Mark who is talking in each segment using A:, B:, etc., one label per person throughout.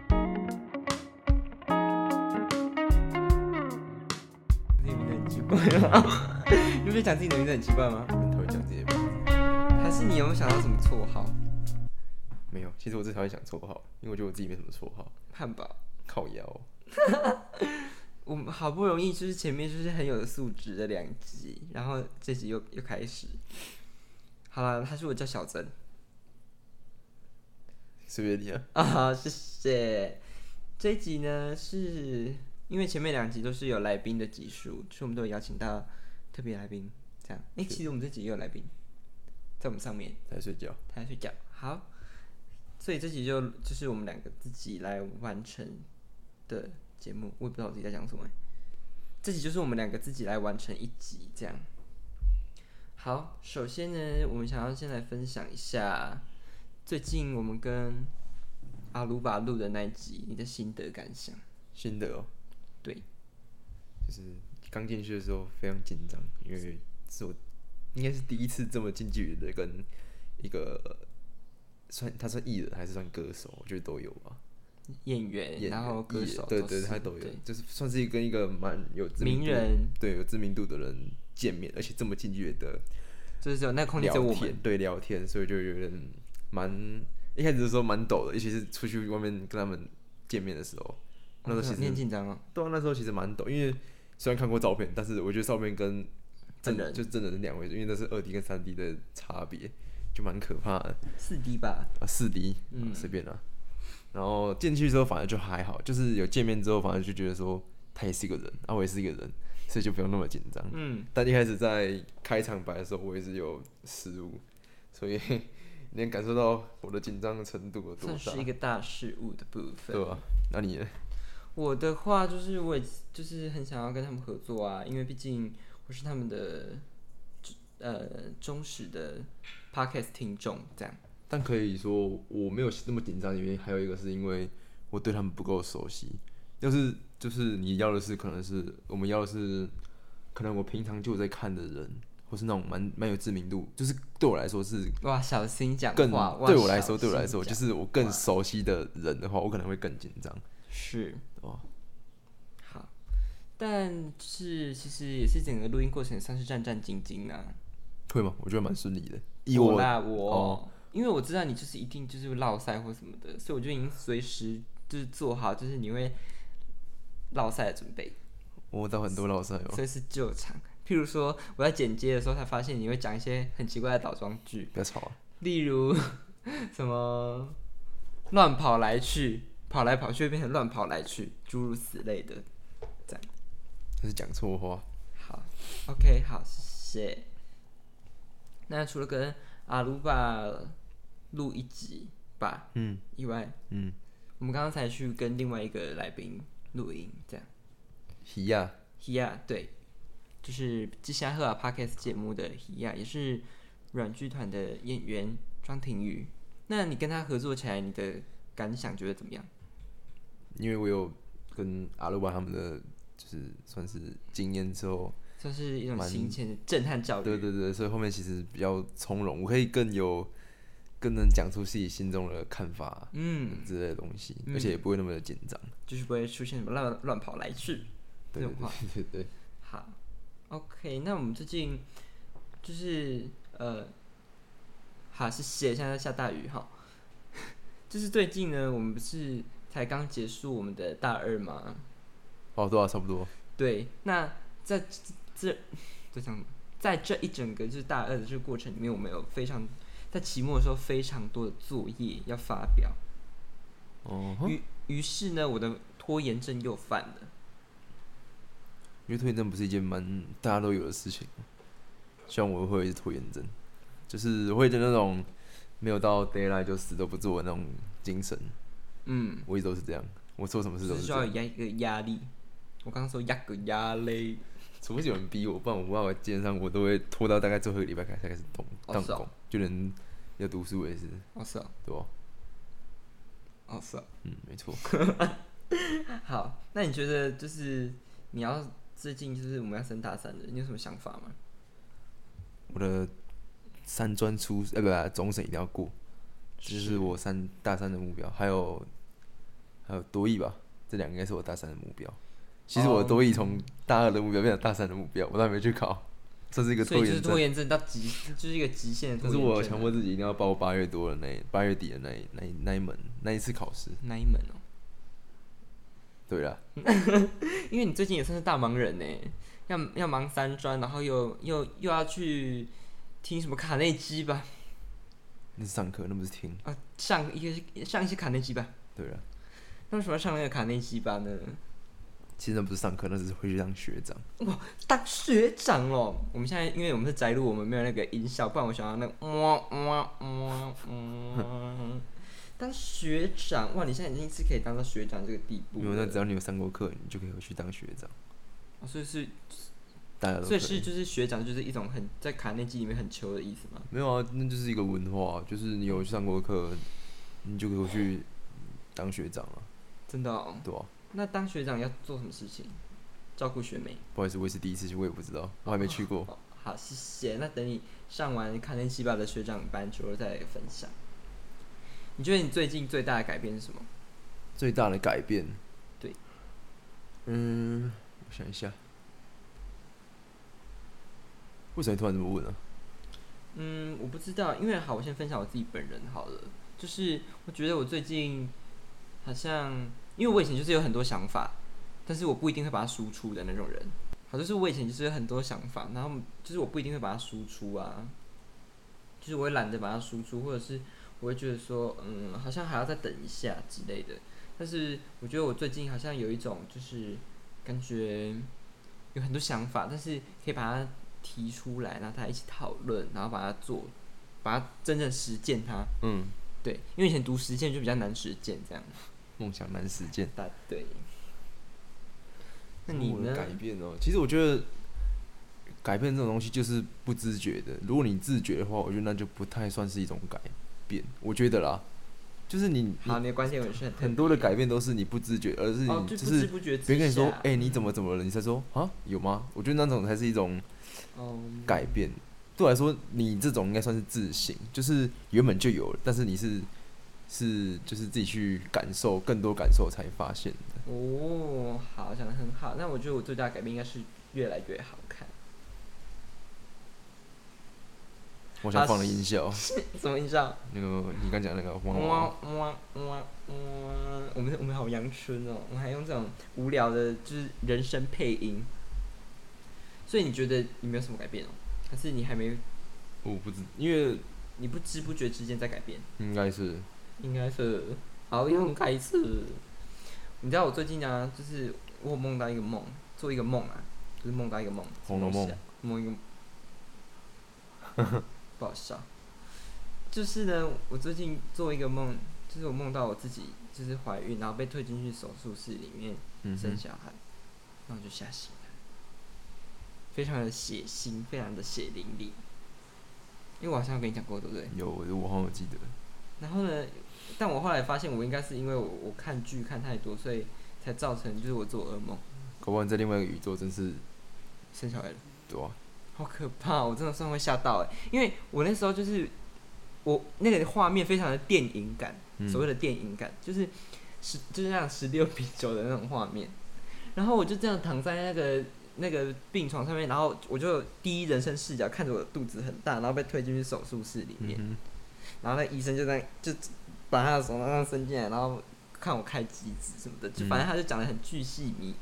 A: 对啊，你不觉得讲自己的名字很奇怪吗？
B: 很讨厌讲这些名字。
A: 还是你有没有想到什么绰号？
B: 没有，其实我最讨厌讲绰号，因为我觉得我自己没什么绰号，
A: 汉堡，
B: 靠腰。
A: 我们好不容易就是前面就是很有素质的两集，然后这集又又开始。好了，他说我叫小曾
B: 随便你啊。
A: 啊，谢谢。这一集呢，是因为前面两集都是有来宾的集数，所以我们都有邀请到特别来宾。这样，哎、其实我们这集也有来宾，在我们上面。
B: 在睡觉，
A: 哦他在睡觉。好，所以这集就就是我们两个自己来完成的节目。我也不知道我自己在讲什么欸，这集就是我们两个自己来完成一集这样。好，首先呢，我们想要先来分享一下最近我们跟阿鲁巴录的那一集，你的心得感想。
B: 新的哦。
A: 对，
B: 就是刚进去的时候非常紧张，因为是我应该是第一次这么近距离的跟一个算他算艺人还是算歌手，我觉得都有吧。
A: 演员，
B: 演
A: 然后
B: 员
A: 歌
B: 艺
A: 手
B: 人对
A: 都
B: 对，
A: 是
B: 他都有
A: 对，
B: 就是算是跟一个蛮有知名
A: 名
B: 度
A: 人，
B: 对有知名度的人见面，而且这么近距离的
A: 就是只有那个空间只有
B: 聊
A: 我们。
B: 天，对聊天，所以就有点蛮一开始的时候蛮抖的，尤其是出去外面跟他们见面的时候，那时候
A: 哦
B: 其
A: 你
B: 实
A: 很紧张哦，
B: 对啊，那时候其实蛮抖，因为虽然看过照片，但是我觉得照片跟
A: 真
B: 真
A: 人
B: 人就真人是两回事，因为那是二 D 跟三 D 的差别，就蛮可怕的
A: 四 D 吧？
B: 啊，四 D
A: 嗯
B: 啊随、便啦、然后进去之后反而就还好，就是有见面之后反而就觉得说他也是一个人，啊我也是一个人，所以就不用那么紧张。
A: 嗯，
B: 但一开始在开场白的时候，我也是有失误，所以 你能感受到我的紧张的程度有多
A: 算
B: 大
A: 是，一个大事物的部分。
B: 对吧、那你呢？
A: 我的话就是我也就是很想要跟他们合作啊，因为毕竟我是他们的呃忠实的 podcast 听众，这样
B: 但可以说我没有这么紧张的原因，还有一个是因为我对他们不够熟悉。要是就是你要的是，可能是我们要的是，可能我平常就有在看的人，或是那种蛮蛮有知名度，就是对我来说是
A: 哇，小心讲
B: 更
A: 话，哇
B: 对我来说
A: 小心
B: 对我来说
A: 讲
B: 就是我更熟悉的人的话，我可能会更紧张，
A: 是
B: 对吧？
A: 好，但是其实也是整个录音过程算是战战兢兢啊。
B: 会吗？我觉得蛮顺利的。以
A: 我
B: 我
A: 啦我、
B: 哦
A: 因为我知道你就是一定就是会落赛或什么的，所以我就已经随时就是做好就是你会落赛的准备。
B: 我到很多老师还有，
A: 所以是救场。譬如说，我在剪接的时候才发现你会讲一些很奇怪的倒装句，
B: 不要吵啊！
A: 例如什么乱跑来去，跑来跑去会变成乱跑来去，诸如此类的。
B: 这是讲错话。
A: 好，OK，好，谢谢。那除了跟阿鲁巴录一集吧
B: 嗯
A: 以外，
B: 嗯，
A: 我们刚刚才去跟另外一个来宾录音，这样。
B: 皮亚、
A: h 亚对，就是吉祥赫尔啊 Podcast 节目的 h 亚，也是软剧团的演员庄廷宇。那你跟他合作起来，你的感想觉得怎么样？
B: 因为我有跟阿鲁巴他们的就是算是经验之后，
A: 算是一种
B: 蛮
A: 新鲜的震撼教育。
B: 对对对，所以后面其实比较从容，我可以更有更能讲出自己心中的看法
A: 嗯，
B: 之类的东西，
A: 嗯
B: 而且也不会那么的紧张。
A: 就是不会出现什么乱乱跑来去这
B: 对
A: 种
B: 对
A: 话。
B: 对对对，
A: 好，OK，那我们最近就是呃，好，谢谢，现在在下大雨哈。 就是最近呢，我们不是才刚结束我们的大二吗？
B: 哦，对啊，差不多。
A: 对，那在这这讲在这一整个就是大二的这个过程里面，我们有非常在期末的时候非常多的作业要发表，
B: 哦，
A: 于于是呢，我的拖延症又犯了。
B: 因为拖延症不是一件蛮大家都有的事情，像我会是拖延症，就是我会的那种没有到 d a y l i g h t 就死都不做的那种精神，
A: 嗯，
B: 我一直都是这样，我做什么事
A: 就
B: 都
A: 是
B: 是
A: 需
B: 这样
A: 要。压一个压力。我刚刚说压个压力，
B: 除非有人逼我，不然我不办法。基本上我都会拖到大概最后一个礼拜开始才开始动
A: 哦
B: 动
A: 是哦
B: 工，就连要读书也是，
A: 哦是哦，
B: 对吧？
A: 哦是哦。
B: 嗯，没错。
A: 好，那你觉得就是你要最近就是我们要升大三的，你有什么想法吗？
B: 我的三专初呃不、总审一定要过，这就是我三大三的目标，还有还有多艺吧，这两个应该是我大三的目标。其实我
A: 哦
B: 的多益从大二的目标变成大三的目标，我都还没去考， 这是一个
A: 所以
B: 拖
A: 就是
B: 延
A: 拖
B: 症。
A: 延症到极，就是一个极限的拖
B: 但
A: 延
B: 是
A: 症啊。
B: 我强迫自己一定要报八月多的那一八月底的那一那一那一门那一次考试。
A: 那一门哦，
B: 对啊啦，
A: 因为你最近也算是大忙人呢，要要忙三专，然后又又又要去听什么卡内基吧，
B: 那是上课，那不是听。
A: 啊，上一个上一些卡内基吧，
B: 对啊啦，
A: 那为什么要上那个卡内基吧呢？
B: 其实那不是上课，那只是回去当学长。
A: 当学长哦，我们现在因为我们是宅录，我们没有那个音效，不然我想要那个嗯么么么么。嗯当学长哇，你现在已经是可以当到学长这个地步
B: 因为
A: 了，
B: 那只要你有上过课，你就可以回去当学长。
A: 哦所以是
B: 大家都可
A: 所以
B: 以。
A: 是就是学长就是一种很在卡内基里面很求的意思嘛。
B: 没有啊，那就是一个文化，就是你有上过课，你就可以回去当学长啊，
A: 真的哦，
B: 对啊。
A: 那当学长要做什么事情？照顾学妹。
B: 不好意思，我也是第一次去，我也不知道，我还没去 过。
A: 哦好，谢谢。那等你上完卡内基吧的学长班之后再分享。你觉得你最近最大的改变是什么？
B: 最大的改变，
A: 对，
B: 嗯，我想一下，为什么你突然这么问啊呢、
A: 嗯，我不知道，因为好，我先分享我自己本人好了。就是我觉得我最近好像，因为我以前就是有很多想法，但是我不一定会把它输出的那种人。好，就是我以前就是有很多想法，然后就是我不一定会把它输出啊，就是我会懒得把它输出，或者是我会觉得说，嗯，好像还要再等一下之类的。但是我觉得我最近好像有一种就是感觉有很多想法，但是可以把它提出来，然后大家一起讨论，然后把它做，把它真正实践它。
B: 嗯，
A: 对，因为以前读实践就比较难实践，这样。
B: 梦想难实践。
A: 答对。那你
B: 我的
A: 呢？
B: 改变哦，其实我觉得改变这种东西就是不知觉的。如果你自觉的话，我觉得那就不太算是一种改变。我觉得啦，就是你你
A: 好，你的观点我是很特
B: 很多的
A: 别
B: 改变都是你不知觉，而是
A: 哦，
B: 你
A: 就
B: 就
A: 不知
B: 是
A: 不觉
B: 别人跟你说，哎、你怎
A: 么？
B: 么怎么了？你才说啊，有吗？我觉得那种才是一种
A: 哦，
B: 改变。对我来说，你这种应该算是自省，就是原本就有了，但是你是是就是自己去感受更多感受才发现的。
A: 哦，好，讲的很好。那我觉得我最大的改变应该是越来越好看。
B: 我想
A: 啊
B: 放的音效，
A: 怎么啊印象？
B: 那个你刚讲那个汪汪汪
A: 哇哇哇哇！我们我们好阳春哦，我们还用这种无聊的，就是人声配音。所以你觉得你没有什么改变哦？还是你还没
B: 我不知，因为
A: 你不知不觉之间在改变？
B: 应该是
A: 应该是好用开始。你知道我最近啊，就是我有梦到一个梦，做一个梦啊，就是梦到一个梦，
B: 红楼梦
A: 什么东西啊梦一 个，不好笑。就是呢，我最近做一个梦，就是我梦到我自己就是怀孕，然后被推进去手术室里面
B: 嗯
A: 生
B: 哼，
A: 小孩，然后就吓醒了，非常的血腥，非常的血淋淋。因为我好像有跟你讲过，对不对？
B: 有我好像有记得，
A: 然后呢，但我后来发现，我应该是因为我我看剧看太多，所以才造成就是我做噩梦
B: 搞不好你在另外一个宇宙真是
A: 生小孩了，
B: 对啊，
A: 好可怕！我真的算会吓到哎、因为我那时候就是我那个画面非常的电影感，
B: 嗯
A: 所谓的电影感就是十就是那样十六比九的那种画面，然后我就这样躺在那个。那个病床上面，然后我就第一人称视角看着我的肚子很大，然后被推进去手术室里面，
B: 嗯
A: 然后那医生就在就把他的手那样伸进来，然后看我开机子什么的，就
B: 嗯
A: 反正他就讲的很巨细靡遗，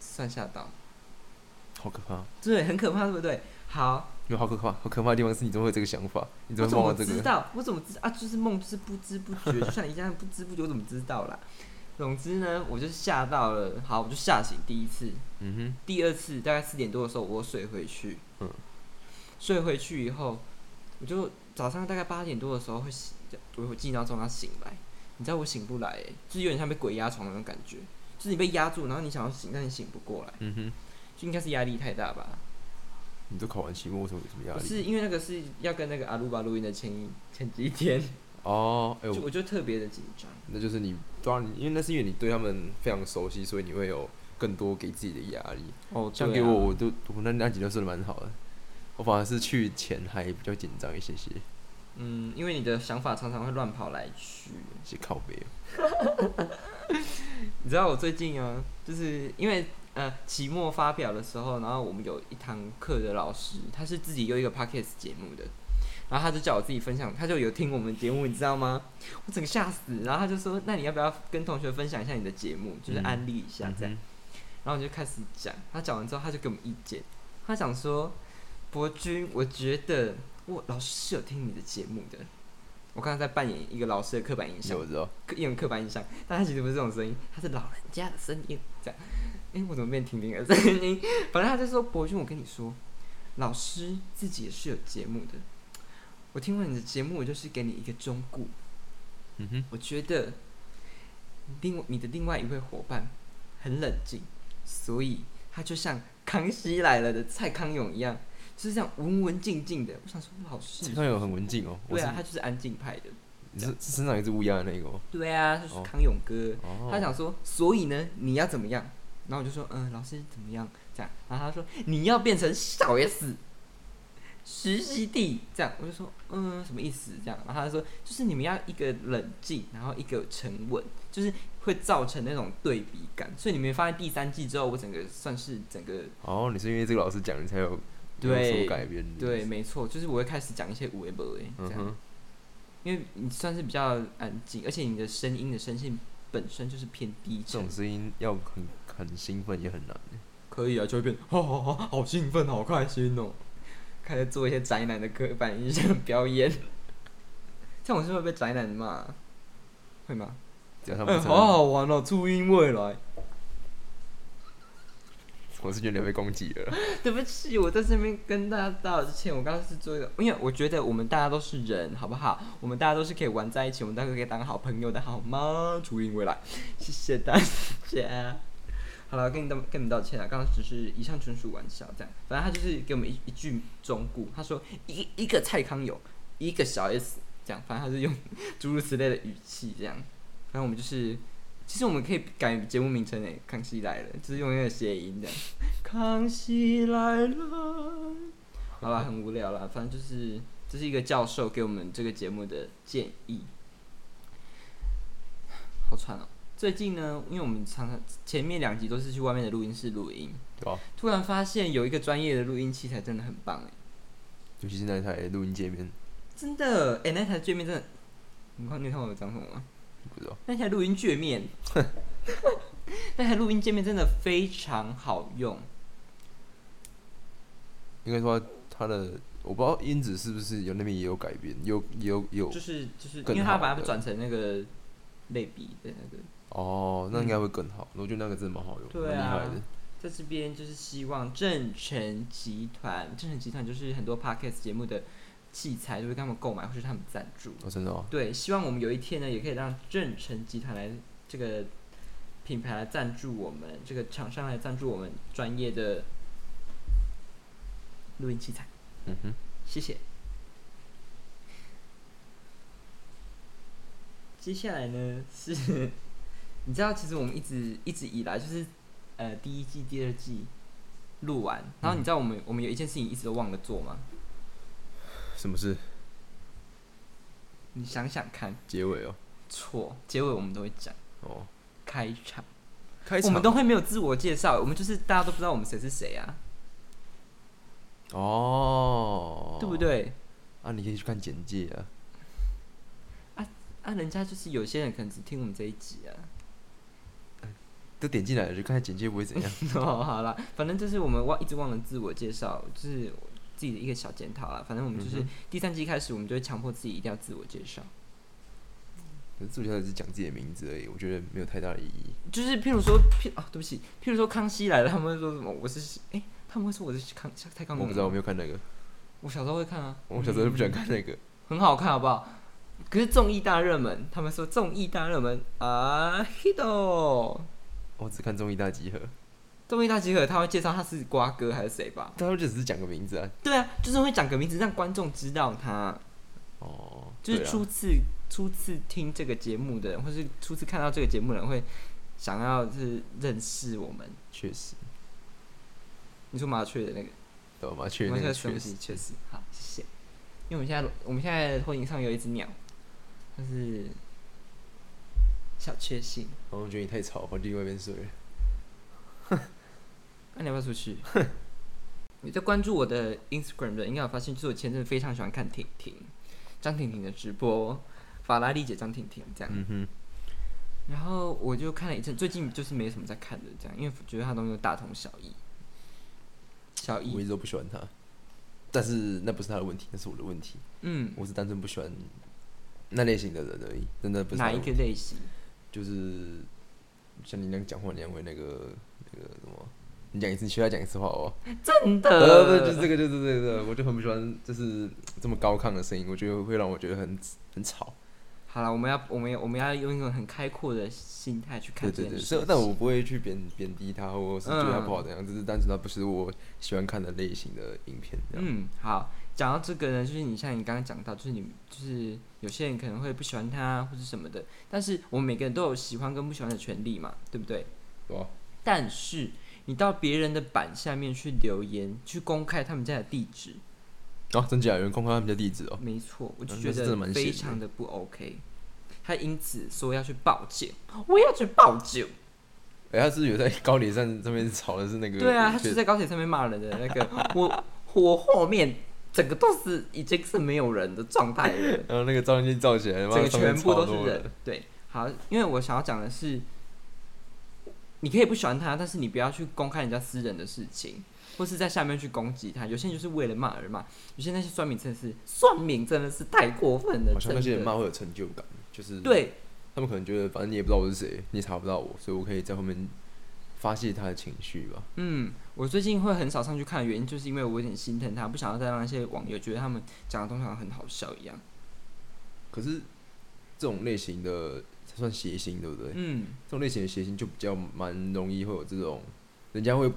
A: 算吓到，
B: 哼，好可怕。
A: 对，很可怕，对不对？好，
B: 没有好可怕，好可怕的地方是你怎么会有这个想法？你怎
A: 我
B: 么
A: 怎
B: 会
A: 么
B: 梦到这
A: 知
B: 个？
A: 道？我怎么知啊？就是梦，就是不知不觉，就像你这样不知不觉，我怎么知道啦？总之呢，我就吓到了，好，我就吓醒第一次，
B: 嗯
A: 第二次大概四点多的时候，我又睡回去。
B: 嗯
A: 睡回去以后，我就早上大概八点多的时候会醒，我会进闹钟要醒来。你知道我醒不来、欸，就是有点像被鬼压床的那种感觉，就是你被压住，然后你想要醒，但你醒不过来，
B: 哼，嗯哼，
A: 就应该是压力太大吧？
B: 你都考完期末，为什么有什么压
A: 不
B: 力？
A: 是，因为那个是要跟那个阿鲁巴录音的前一 前几天，
B: 哦，哎
A: 就
B: 呦，
A: 我就特别的紧张。
B: 那就是你，对啊，你因为那是因为你对他们非常熟悉，所以你会有更多给自己的压力。
A: 哦
B: 像给我，我都我那那几天睡得蛮好的，我反而是去前还比较紧张一些些。
A: 嗯，因为你的想法常常会乱跑来去。
B: 是靠背哦。
A: 你知道我最近啊，就是因为呃期末发表的时候，然后我们有一堂课的老师，他是自己有一个 podcast 节目的，然后他就叫我自己分享，他就有听我们节目，你知道吗？我整个吓死，然后他就说，那你要不要跟同学分享一下你的节目，就是
B: 嗯
A: 安利一下这样？
B: 嗯
A: 然后我就开始讲，他讲完之后，他就给我们意见，他讲说，博君，我觉得我老师是有听你的节目的，我刚刚在扮演一个老师的刻板印
B: 哼
A: 象
B: 有，我知道，
A: 一种刻板印象，但他其实不是这种声音，他是老人家的声音，这样。哎、我怎么变婷婷的声音？反正他就说：“博君，我跟你说，老师自己也是有节目的。我听完你的节目，我就是给你一个忠告。
B: 嗯哼，
A: 我觉得另你的另外一位伙伴很冷静，所以他就像《康熙来了》的蔡康永一样，就是这样文文静静的。我想说，老师
B: 身，上有很文静哦。我
A: 对
B: 是哦
A: 啊，他就是安静派的。
B: 你是是身上有一只乌鸦的那个哦。
A: 对啊，就是
B: 哦
A: 康永哥。
B: 哦，
A: 他想说，所以呢，你要怎么样？然后我就说，嗯，老师怎么样？这样，然后他说你要变成小 S 实习地，这样，我就说，嗯，什么意思？这样，然后他说，就是你们要一个冷静，然后一个沉稳，就是会造成那种对比感。所以你们发现第三季之后，我整个算是整个
B: 哦，你是因为这个老师讲，你才有
A: 对
B: 有所改变。
A: 对，，没错，就是我会开始讲一些无为不为这
B: 嗯
A: 样，
B: 哼，
A: 因为你算是比较安静，而且你的声音的声线本身就是偏低
B: 这
A: 沉
B: 种，声音要很很兴奋也很难。
A: 可以啊，就会变，好好好，好兴奋，好开心哦，开始做一些宅男的刻板印象表演。这种是会被宅男骂，会吗？
B: 只要他
A: 哎、
B: 们承
A: 好
B: 认，
A: 好玩 哦，初音未来。
B: 我是觉得你被攻击了。
A: 对不起，我在这边跟大家道歉，我刚刚是做一个，因为我觉得我们大家都是人，好不好？我们大家都是可以玩在一起，我们大家可以当好朋友的，好吗？初音未来，谢谢大家。好了，跟你道跟你们道歉啊了，刚刚只是以上纯属玩笑，这样。反正他就是给我们一一句忠告，他说一一个蔡康永，一个小 S，这样。反正他是用诸如此类的语气这样。反正我们就是，其实我们可以改节目名称诶，《康熙来了》，就是用那个谐音这样。康熙来了。好啦，很无聊啦，反正就是这是一个教授给我们这个节目的建议。好喘哦、最近呢，因为我们常常前面两集都是去外面的录音室录音，
B: 对吧？
A: 突然发现有一个专业的录音器材真的很棒哎、
B: 尤其是那台录音界面，
A: 真的哎、那台界面真的，你看你有看我讲什么吗？
B: 不知道
A: 那台录音界面，那台录音界面真的非常好用。
B: 应该说它的，我不知道音质是不是有那边也有改变，有也有也有
A: 就是就是因
B: 更
A: 为他
B: 好
A: 把它
B: 的
A: 转成那个类比的那个，
B: 哦，那应该会更好。我觉得那个真的蛮好用，
A: 对
B: 蛮厉害
A: 啊
B: 的。
A: 在这边就是希望正成集团，正成集团就是很多 podcast 节目的器材就会跟他们购买或是他们赞助。
B: 哦，真的哦，
A: 对，希望我们有一天呢，也可以让正成集团来这个品牌来赞助我们，这个厂商来赞助我们专业的录音器材。
B: 嗯哼，
A: 谢谢。接下来呢是，你知道，其实我们一直一直以来就是，呃，第一季、第二季录完，然
B: 嗯
A: 后你知道我们、我们有一件事情一直都忘了做吗？
B: 什么是
A: 你想想看，
B: 结尾哦？
A: 错，结尾我们都会讲，
B: 哦，
A: 开场
B: 开
A: 我
B: 场
A: 们都会没有自我介绍，我们就是大家都不知道我们谁是谁啊，
B: 哦，
A: 对不？对？
B: 啊，你可以去看简介啊。
A: 啊，人家就是有些人可能只听我们这一集啊，
B: 都点进来了，就看下简介不 会怎样。
A: 哦，好啦，反正就是我们忘一直忘了自我介绍，就是我自己的一个小检讨啦。反正我们就是
B: 嗯
A: 第三季开始，我们就会强迫自己一定要自我介绍。
B: 可是助教只是讲自己的名字而已，我觉得没有太大的意义。
A: 就是譬如说，譬啊、对不起，譬如说康熙来了，他们会说什么？我是哎、他们会说我是康蔡康永。
B: 我不知道，我没有看那个，
A: 我小时候会看啊，
B: 我小时候就不喜欢看那个。
A: 很好看，好不好？可是综艺大热门，他们说综艺大热门啊，hito，
B: 我只看综艺大集合，
A: 综艺大集合，他会介绍他是瓜哥还是谁吧？
B: 但他就只是讲个名字啊。
A: 对啊，就是会讲个名字，让观众知道他。
B: 哦，
A: 就是
B: 对啊
A: 初次、初次听这个节目的人，或是初次看到这个节目的人，会想要就是认识我们。
B: 确实，
A: 你说麻雀的那个，
B: 对吧？麻雀
A: 麻
B: 那
A: 雀
B: 个
A: 神
B: 确
A: 奇
B: 实
A: 确实好，谢谢。因为我们现在我们现在投影上有一只鸟，就是小确幸。
B: 然哦后觉得你太吵，跑去另外一边睡了。
A: 那、你要不要出 去？你在关注我的 Instagram 的，应该有发现，就是我前阵子非常喜欢看婷婷，张婷婷的直播，法拉利姐张婷婷这样。
B: 嗯哼，
A: 然后我就看了一阵，最近就是没什么在看的这样，因为觉得她的东西都大同小异。小
B: 我一
A: 异，
B: 直都不喜欢他，但是那不是他的问题，那是我的问题。
A: 嗯，
B: 我是单纯不喜欢那类型的人而已，真的不是他
A: 哪一
B: 的问题
A: 个类型？
B: 就是像你那样讲话，你要会那个那个什么，你讲一次，你学他讲一次话哦。
A: 真
B: 呃，不是，就是
A: 的，
B: 这个，就是这个，这个我就很不喜欢，就是这么高亢的声音，我觉得会让我觉得很很吵。
A: 好了，我们要我们要我们要用一种很开阔的心态去看
B: 对
A: 这
B: 对
A: 件
B: 对，
A: 事
B: 是
A: 情。，
B: 但我不会去贬贬低他，或是觉得他不
A: 嗯
B: 好怎样，只是单纯他不是我喜欢看的类型的影片这样。
A: 嗯，好，讲到这个呢，就是你像你刚刚讲到，就是你就是有些人可能会不喜欢他或者什么的，但是我们每个人都有喜欢跟不喜欢的权利嘛，对不对？
B: 对啊吧？
A: 但是你到别人的版下面去留言，去公开他们家的地址，
B: 啊，真假有人公开他们家地址哦？
A: 没错，我就
B: 嗯
A: 觉
B: 那是真的蛮
A: 得非
B: 闲的
A: 常的不 OK。他因此说要去报警，我也要去报警。
B: 哎，他是不是有在高铁站上面吵的是那个影片？
A: 对啊，他是在高铁上面骂人的那个， 我我后面整个都是已经是没有人的状态了。
B: 然后那个照相机照起来，然后
A: 整个
B: 哎上面
A: 全部
B: 超
A: 都
B: 多
A: 是人。对，好，因为我想要讲的是，你可以不喜欢他，但是你不要去公开人家私人的事情，或是在下面去攻击他。有些人就是为了骂而骂，有些那些酸民真的是酸民真的是太过分了，
B: 好像那些
A: 真
B: 人
A: 的。
B: 骂会有成就感，就是
A: 对，
B: 他们可能觉得反正你也不知道我是谁，你也查不到我，所以我可以在后面发泄他的情绪吧。
A: 嗯，我最近会很少上去看的原因，就是因为我有点心疼他，不想要再让那些网友觉得他们讲的东西好像很好笑一样。
B: 可是这种类型的才算谐星，对不对？
A: 嗯，
B: 这种类型的谐星就比较蛮容易会有这种，人家会不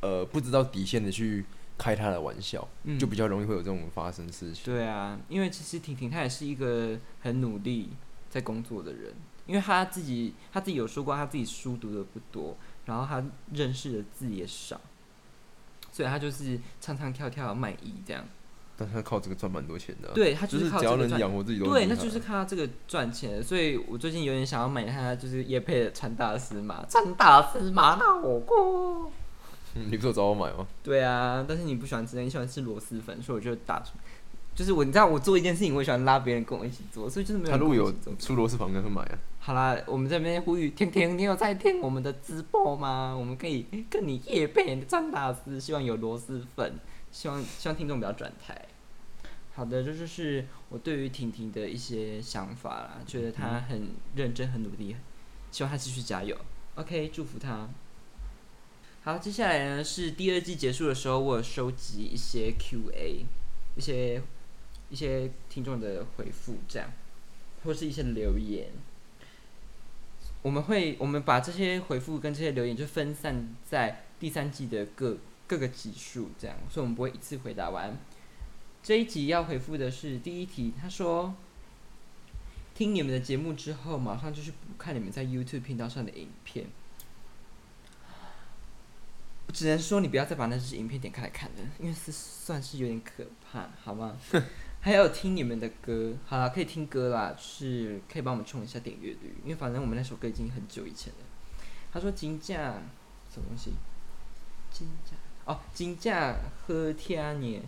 B: 呃不知道底线的去开他的玩笑，
A: 嗯
B: 就比较容易会有这种发生事情。
A: 对啊，因为其实婷婷她也是一个很努力在工作的人，因为她自己她自己有说过，她自己书读的不多，然后她认识的字也少，所以她就是唱唱跳跳卖艺这样。
B: 但他靠这个赚蛮多钱的啊、
A: 对，她
B: 就是是
A: 靠
B: 只
A: 这
B: 要
A: 个
B: 能
A: 赚。
B: 养活自己都很
A: 对，
B: 厉
A: 那
B: 害
A: 就是靠她这个赚钱的，所以我最近有点想要买她就是叶配的穿大丝麻，穿大丝麻辣火锅。
B: 嗯你不是有找我买吗？
A: 对啊，但是你不喜欢吃，你喜欢吃螺蛳粉，所以我就打出，就是我你知道我做一件事情，我也喜欢拉别人跟我一起做，所以就是没有人
B: 他啊如
A: 跟
B: 果
A: 我
B: 有
A: 一起做
B: 出螺丝房，可能会买啊。
A: 好啦，我们这边呼吁婷婷，你有在听我们的直播吗？我们可以跟你夜配你的张大师，希望有螺蛳粉，希望希望听众不要转台。好的，这就是我对于婷婷的一些想法啦，觉得她很认真、很努力，希望她继续加油。OK，祝福她。好，接下来呢是第二季结束的时候，我有收集一些 Q&A，一些一些听众的回复，这样或是一些留言。我们会我们把这些回复跟这些留言就分散在第三季的各各个集数这样，所以我们不会一次回答完。这一集要回复的是第一题，他说：“听你们的节目之后，马上就去补看你们在 YouTube 频道上的影片。”我只能说你不要再把那支影片点开来看了，因为是算是有点可怕，好吗？还有听你们的歌，好啦，可以听歌啦，就是可以帮我们冲一下点阅率，因为反正我们那首歌已经很久以前了。他说金价什么东西？金价哦，金价喝天呢？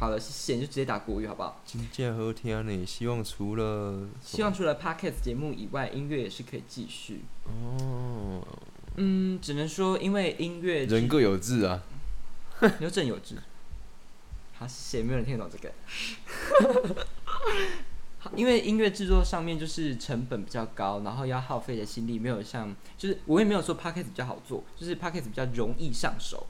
A: 好了，谢谢，你就直接打国语好不好？
B: 金价和天呢，希望除了
A: 希望除了 podcast 节目以外，音乐也是可以继续。
B: 哦，
A: 嗯，只能说因为音乐
B: 人各有志啊。
A: 有正有直。好，谢谢，没有人听得懂这个。 好因为音乐制作上面就是成本比较高，然后要耗费的心力没有像，就是我也没有说 p o c k e t 比较好做，就是 p o c k e t 比较容易上手，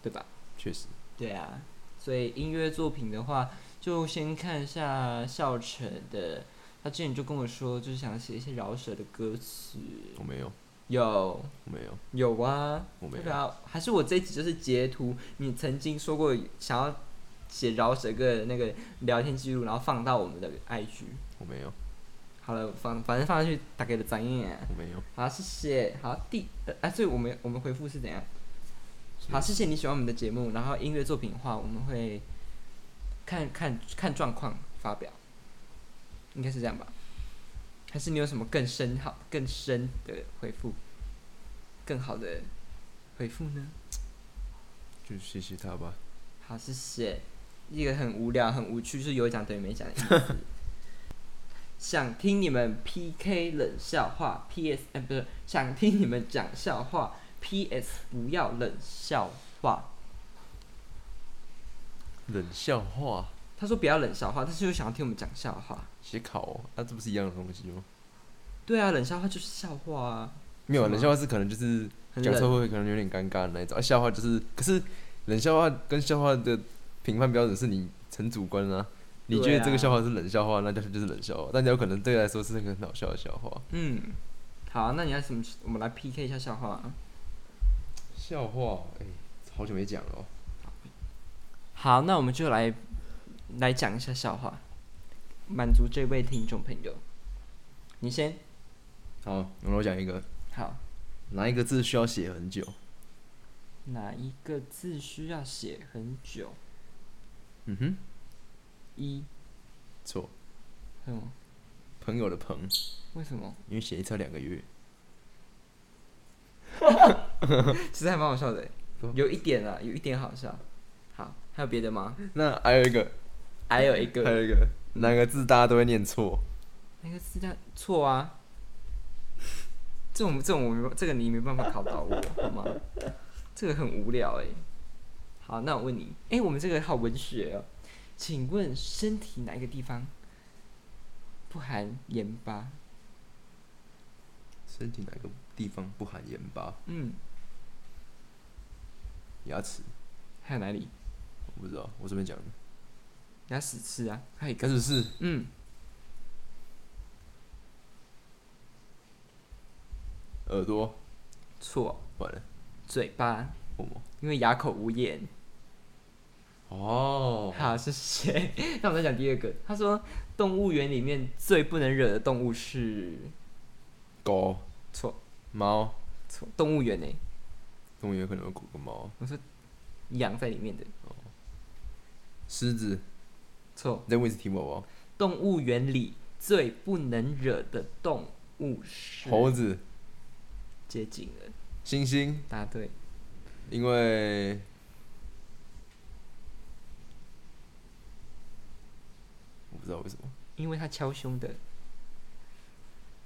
A: 对吧？
B: 确实，
A: 对啊，所以音乐作品的话，就先看一下笑成的，他之前就跟我说，就是想写一些饶舌的歌词，
B: 我没有，
A: 有
B: 我没有，
A: 有啊，
B: 我没
A: 对
B: 有。
A: 啊，还是我这一集就是截图你曾经说过想要写饶舌歌的那个聊天记录，然后放到我们的 IG。
B: 我没有，
A: 好了，放反正放上去打给了张燕。
B: 我没有。
A: 好，谢谢。好，第呃，啊，所以我们我们回复是怎样？好，谢谢你喜欢我们的节目，然后音乐作品的话，我们会看看看状况发表，应该是这样吧？还是你有什么更深好、更深的回复，更好的回复呢？
B: 就谢谢他吧。
A: 好，谢谢。一个很无聊、很无趣，就是有讲等于没讲的意思。想听你们 PK 冷笑话，PS，哎、不是，想听你们讲笑话，PS 不要冷笑话。
B: 冷笑话，
A: 他说不要冷笑话，但是又想要听我们讲笑话。
B: 写考、哦，那、这不是一样的东西吗？
A: 对啊，冷笑话就是笑话啊，
B: 没有啊，
A: 是吗
B: 冷笑话是可能就是
A: 很
B: 讲
A: 冷。
B: 错会可能有点尴尬的那一种，啊，笑话就是，可是冷笑话跟笑话的评判标准是你很主观啊。你觉
A: 对
B: 得这个
A: 啊
B: 笑话是冷笑话，那就是就是冷笑话，但有可能对他来说是那个很好笑的笑话。
A: 嗯，好啊，那你要什么？我们来 PK 一下笑话啊。
B: 笑话，哎、好久没讲了、哦。
A: 好，那我们就来来讲一下笑话，满足这位听众朋友。你先，
B: 好，那我讲一个，
A: 好，
B: 哪一个字需要写很久？
A: 哪一个字需要写很久？
B: 嗯哼，
A: 一，
B: 错，
A: 为什么？
B: 朋友的朋，
A: 为什么？
B: 因为写一次要两个月。
A: 其实还蛮好笑的欸
B: 是吗，
A: 有一点啊，有一点好笑。好，还有别的吗？
B: 那还有一个，
A: 还有一
B: 还
A: 个，
B: 有一个，哪个字大家都会念错？
A: 那个字叫错啊。这种这种我没办这个你没办法考倒我，好吗？这个很无聊哎、好，那我问你，哎、我们这个好文学哦。请问身体哪一个地方不含盐巴？
B: 身体哪个地方不含盐巴？
A: 嗯，
B: 牙齿，
A: 还有哪里？
B: 我不知道，我这边讲的。
A: 牙齿是啊，还有一个
B: 牙齿是
A: 嗯，
B: 耳朵，
A: 错，啊
B: 完了，
A: 嘴巴，
B: 我摸。
A: 因为哑口无言。
B: 哦，
A: 好，谢谢。 那我们再讲第二个，他说动物园里面最不能惹的动物是
B: 狗、
A: 错
B: 猫，
A: 错，动物园呢、
B: 动物园可能有狗跟猫。
A: 羊在里面的
B: 狮子，
A: 错，
B: 你再问一次题目好不好？
A: 动物园里最不能惹的动物是
B: 猴子、
A: 接近了，
B: 猩猩，
A: 答对。
B: 因为我不知道为什么。
A: 因为他敲胸 的，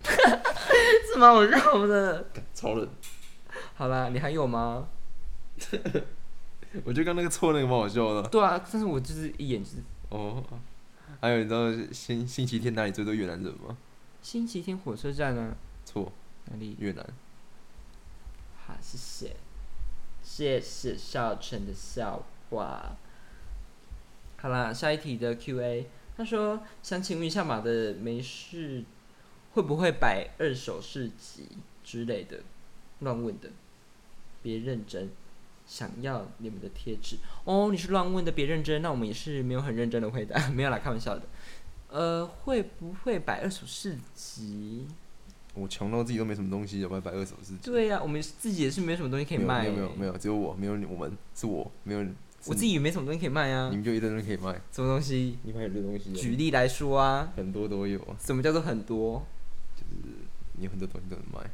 A: 是蛮好笑的。
B: 超人，
A: 好啦，你还有吗？
B: 我觉得刚刚那个错那个蛮好笑的。
A: 对啊，但是我就是一眼就是
B: 哦，还有你知道星星期天哪里最多越南人吗？
A: 星期天火车站啊，
B: 错，
A: 哪里？
B: 越南。
A: 好，谢谢，谢谢少晨的笑话。好啦，下一题的 Q&A，他说想请问一下马的没事会不会摆二手市集之类的，乱问的，别认真。想要你们的贴纸哦，你是乱问的，别认真。那我们也是没有很认真的回答， 没有啦，开玩笑的。呃，会不会摆二手市集？
B: 我穷到自己都没什么东西，有摆摆二手是。
A: 对呀、我们自己也是没有什么东西可以
B: 没有
A: 卖、
B: 没有没有
A: 欸
B: 没有，只有我，没有你我们，是我，没有
A: 我自己，也没什么东西可以卖
B: 是
A: 啊
B: 你你。们就一堆人可以卖，
A: 什么东西？
B: 你卖很多东西
A: 举例来说啊，
B: 很多都有，啊，
A: 什么叫做很多？
B: 你有很多东西都能卖，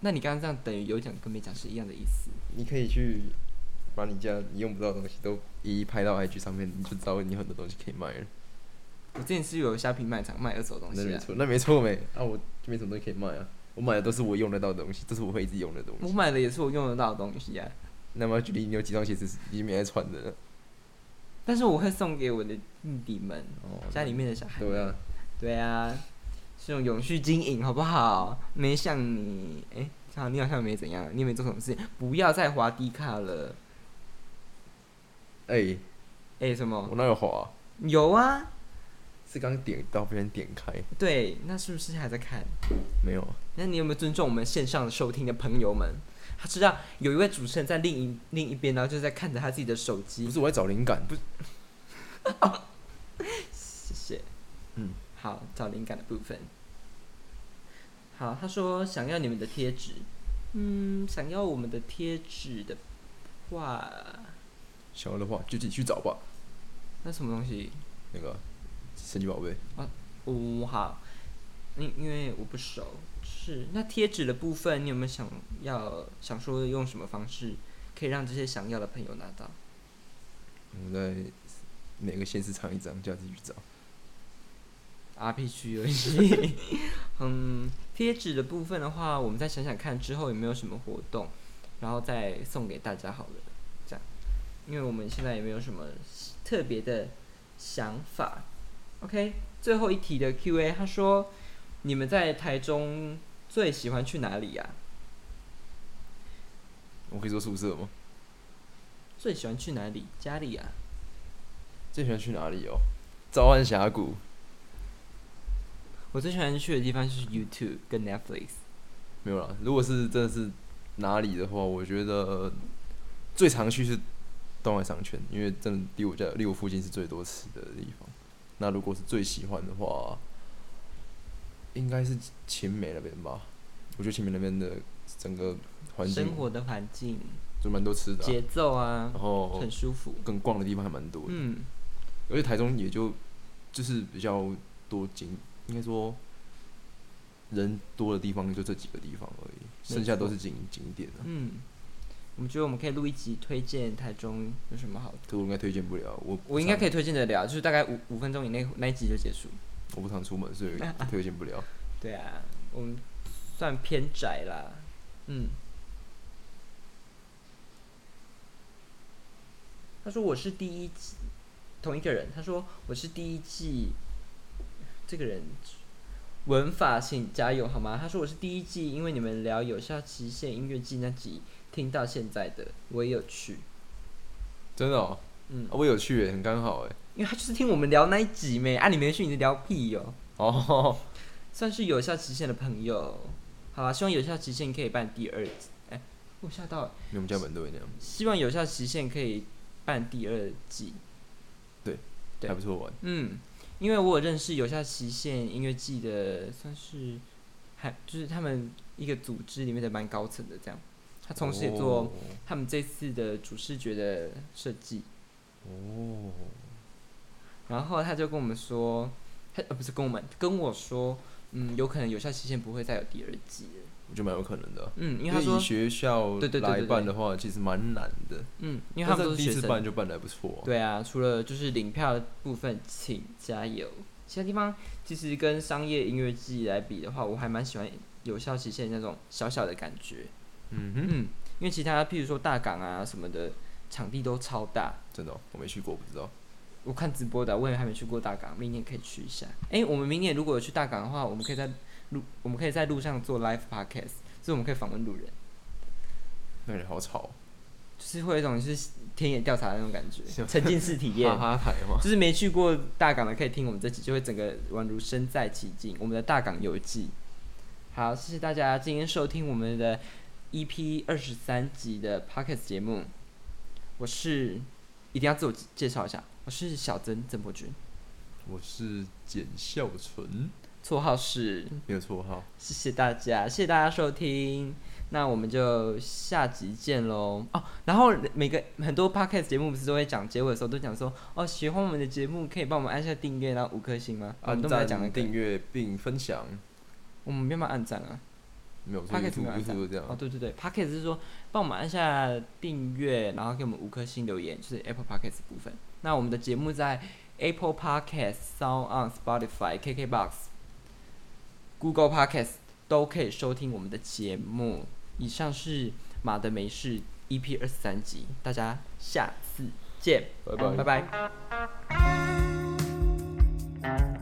A: 那你刚刚这样等于有讲跟没讲是一样的意思。
B: 你可以去把你家你用不到的东西都一一拍到 IG 上面，你就知道你有很多东西可以卖了。
A: 我之前是有虾皮卖场卖二手东
B: 那
A: 西
B: 没
A: 啊，
B: 错，那没错没啊，我就没什么东西可以卖啊，我买的都是我用得到的东西，这是我会一直用的东
A: 我
B: 西。
A: 买的也是我用得到的东西啊，
B: 那么举例，你有几双鞋子是已经没在穿的了？
A: 但是我会送给我的弟弟们，
B: 哦
A: 家里面的小孩。
B: 对啊，
A: 对啊，是种永续经营，好不好？没像你，哎、好，你好像没怎样，你也没做什么事，不要再滑低卡了。
B: 哎、
A: 哎、什么
B: 我？哪有滑啊、
A: 有啊，
B: 是刚点到被人点开，
A: 对，那是不是还在看？
B: 没有啊。
A: 那你有没有尊重我们线上收听的朋友们？他知道有一位主持人在另一另一边，然后就在看着他自己的手机
B: 不。是我在找灵感，不是
A: 谢谢。
B: 嗯，
A: 好，找灵感的部分。好，他说想要你们的贴纸。嗯，想要我们的贴纸的话，
B: 想要的话就自己去找吧。
A: 那什么东西？
B: 那个神奇宝贝，
A: 哦，好，因因为我不熟，是那贴纸的部分，你有没有想要想说用什么方式可以让这些想要的朋友拿到？
B: 我们在每个县市唱一张，叫自己去找。
A: RPG 游戏。 嗯，贴纸的部分的话，我们再想想看之后有没有什么活动，然后再送给大家好了。这样，因为我们现在也没有什么特别的想法。OK，最后一题的 Q&A，他说：“你们在台中最喜欢去哪里啊呀、
B: 我可以说宿舍吗？
A: 最喜欢去哪里？家里呀、啊
B: 最喜欢去哪里哦？召唤峡谷，
A: 我最喜欢去的地方就是 YouTube 跟 Netflix。
B: 没有啦。如果是真的是哪里的话，我觉得最常去是东海商圈，因为真的离我家离我附近是最多吃的地方。那如果是最喜欢的话，应该是秦美那边吧。我觉得秦美那边的整个环境
A: 生活的环境、
B: 就蛮多吃的啊、哦
A: 节奏啊，
B: 然后
A: 很舒服。
B: 跟逛的地方还蛮多的。
A: 嗯，
B: 而且台中也就就是比较多景，应该说人多的地方就这几个地方而已，
A: 错
B: 剩下都是景景点啊。
A: 嗯，我们觉得我们可以录一集推荐台中有什么好的。
B: 这我应该推荐不了，我
A: 我应该可
B: 以，
A: 以推荐得了，就是大概五五分钟以内那一集就结束。
B: 我不常出门，所以
A: 啊
B: 推荐不了。
A: 对啊，我们算偏窄啦。嗯。他说我是第一季同一个人，他说我是第一季这个人文法，请加油好吗？他说我是第一季，因为你们聊有效期限音乐季那集听到现在的，我也有去。
B: 真的哦，
A: 嗯
B: 啊，我有去耶，很刚好哎。
A: 因为他就是听我们聊那一集没啊，你没去你在聊屁哟、
B: 哦，
A: 算是有效期限的朋友。好啦，希望有效期限可以办第二集。哎、我吓到了，
B: 你们家门都会那样，
A: 希望有效期限可以办第二季。对
B: 还不错玩。
A: 嗯，因为我有认识有效期限音乐季的，算是还就是他们一个组织里面的蛮高层的这样。他同时也做
B: 哦
A: 他们这次的主视觉的设计，
B: 哦，
A: 然后他就跟我们说，他呃不是跟我们跟我说，嗯，有可能有效期限不会再有第二季了。
B: 我觉得蛮有可能的啊。
A: 嗯，因为
B: 因
A: 他
B: 为
A: 说
B: 以，学校
A: 对对对对
B: 来
A: 对
B: 办的话，其实蛮难的。
A: 嗯，因为他们
B: 但
A: 都是
B: 是第
A: 学
B: 一次办
A: 生。
B: 就办的还不错啊。
A: 对啊，除了就是领票的部分，请加油。其他地方其实跟商业音乐季来比的话，我还蛮喜欢有效期限那种小小的感觉。
B: 嗯哼，
A: 嗯，因为其他譬如说大港啊什么的，场地都超大。
B: 真的哦，我没去过，不知道。
A: 我看直播的，我也还没去过大港，明年可以去一下。诶，我们明年如果有去大港的话，我们可以在路，我们可以在路上做 live podcast，所以我们可以访问路人，
B: 那里好吵哦。
A: 就是会有一种就是田野调查的那种感觉，
B: 像
A: 沉浸式体验。
B: 哈哈台嘛，
A: 就是没去过大港的，可以听我们这集，就会整个宛如身在其境。我们的大港游记。好，谢谢大家今天收听我们的 EP 二十三集的 Podcast 节目。我是一定要自我介绍一下，我是小曾曾伯君，
B: 我是简孝纯，
A: 绰号是。
B: 没有绰号。
A: 谢谢大家，谢谢大家收听，那我们就下集见喽。哦，然后每个很多 podcast 节目不是都会讲结尾的时候都讲说，哦，喜欢我们的节目可以帮我们按下订阅，然后五颗星吗？啊，
B: 按
A: 你都没有
B: 赞、
A: 讲那个
B: 订，阅并分享，
A: 我们没办法按赞啊。
B: 没有，
A: Podcast 没有按
B: YouTube
A: 赞
B: YouTube 这
A: 哦，
B: 样。
A: 对对对，podcast 是说帮我们按下订阅，然后给我们五颗星留言，就是 Apple podcast 的部分。那我们的节目在 Apple Podcast、Sound on Spotify、KKBox、Google Podcast 都可以收听我们的节目。以上是马的没事 EP E 二十三集，大家下次见，
B: 拜拜
A: 拜拜。